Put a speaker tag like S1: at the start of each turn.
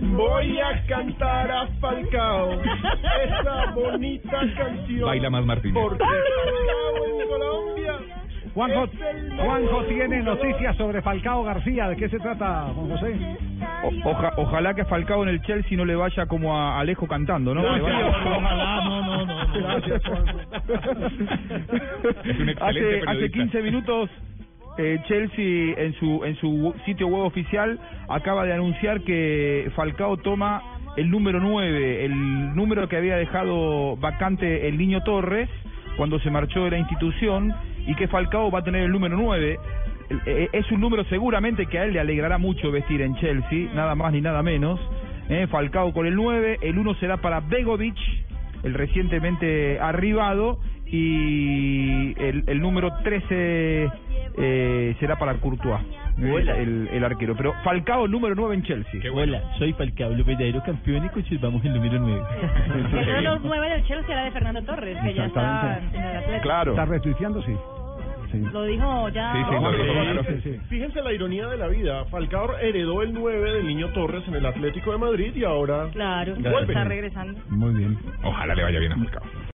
S1: Voy a cantar a Falcao esa bonita canción.
S2: Baila más, Martín.
S1: Porque Falcao en Colombia.
S3: Juanjo,
S1: es el mejor
S3: Juanjo tiene
S1: jugador.
S3: noticias sobre Falcao García. ¿De qué se trata, Juan José?
S2: O- oja- ojalá que a Falcao en el Chelsea no le vaya como a Alejo cantando, ¿no? Le vaya-
S1: Ojalá, no, no, no.
S3: Gracias, Juanjo.
S2: Es un excelente
S4: hace,
S2: periodista.
S4: hace 15 minutos eh, Chelsea en su en su Uh, sitio web oficial acaba de anunciar que Falcao toma el número 9, el número que había dejado vacante el niño Torres cuando se marchó de la institución y que Falcao va a tener el número 9. El- eh, Es un número seguramente que a él le alegrará mucho vestir en Chelsea, nada más ni nada menos. Eh, Falcao con el 9, el 1 será para Begovic, el recientemente arribado y el, el número 13 eh, será para Courtois, el, el- el arquero. Pero Falcao, número 9 en Chelsea.
S5: Hola, soy Falcao, el verdadero campeón y conservamos el número 9.
S6: Uno de los nueve del Chelsea era de Fernando Torres, que ya está en
S3: Exactamente.
S6: el Atlético.
S4: Claro.
S3: ¿Está retuiteando? Sí. Sí.
S6: Lo dijo ya.
S2: Sí, sí,
S6: Rojas.
S2: lo dijo.
S3: Sí, sí.
S1: Fíjense la ironía de la vida. Falcao heredó el 9 del niño Torres en el Atlético de Madrid y ahora
S6: Claro,
S1: Vuelve.
S6: está regresando.
S3: Muy bien.
S2: Ojalá le vaya bien a Falcao.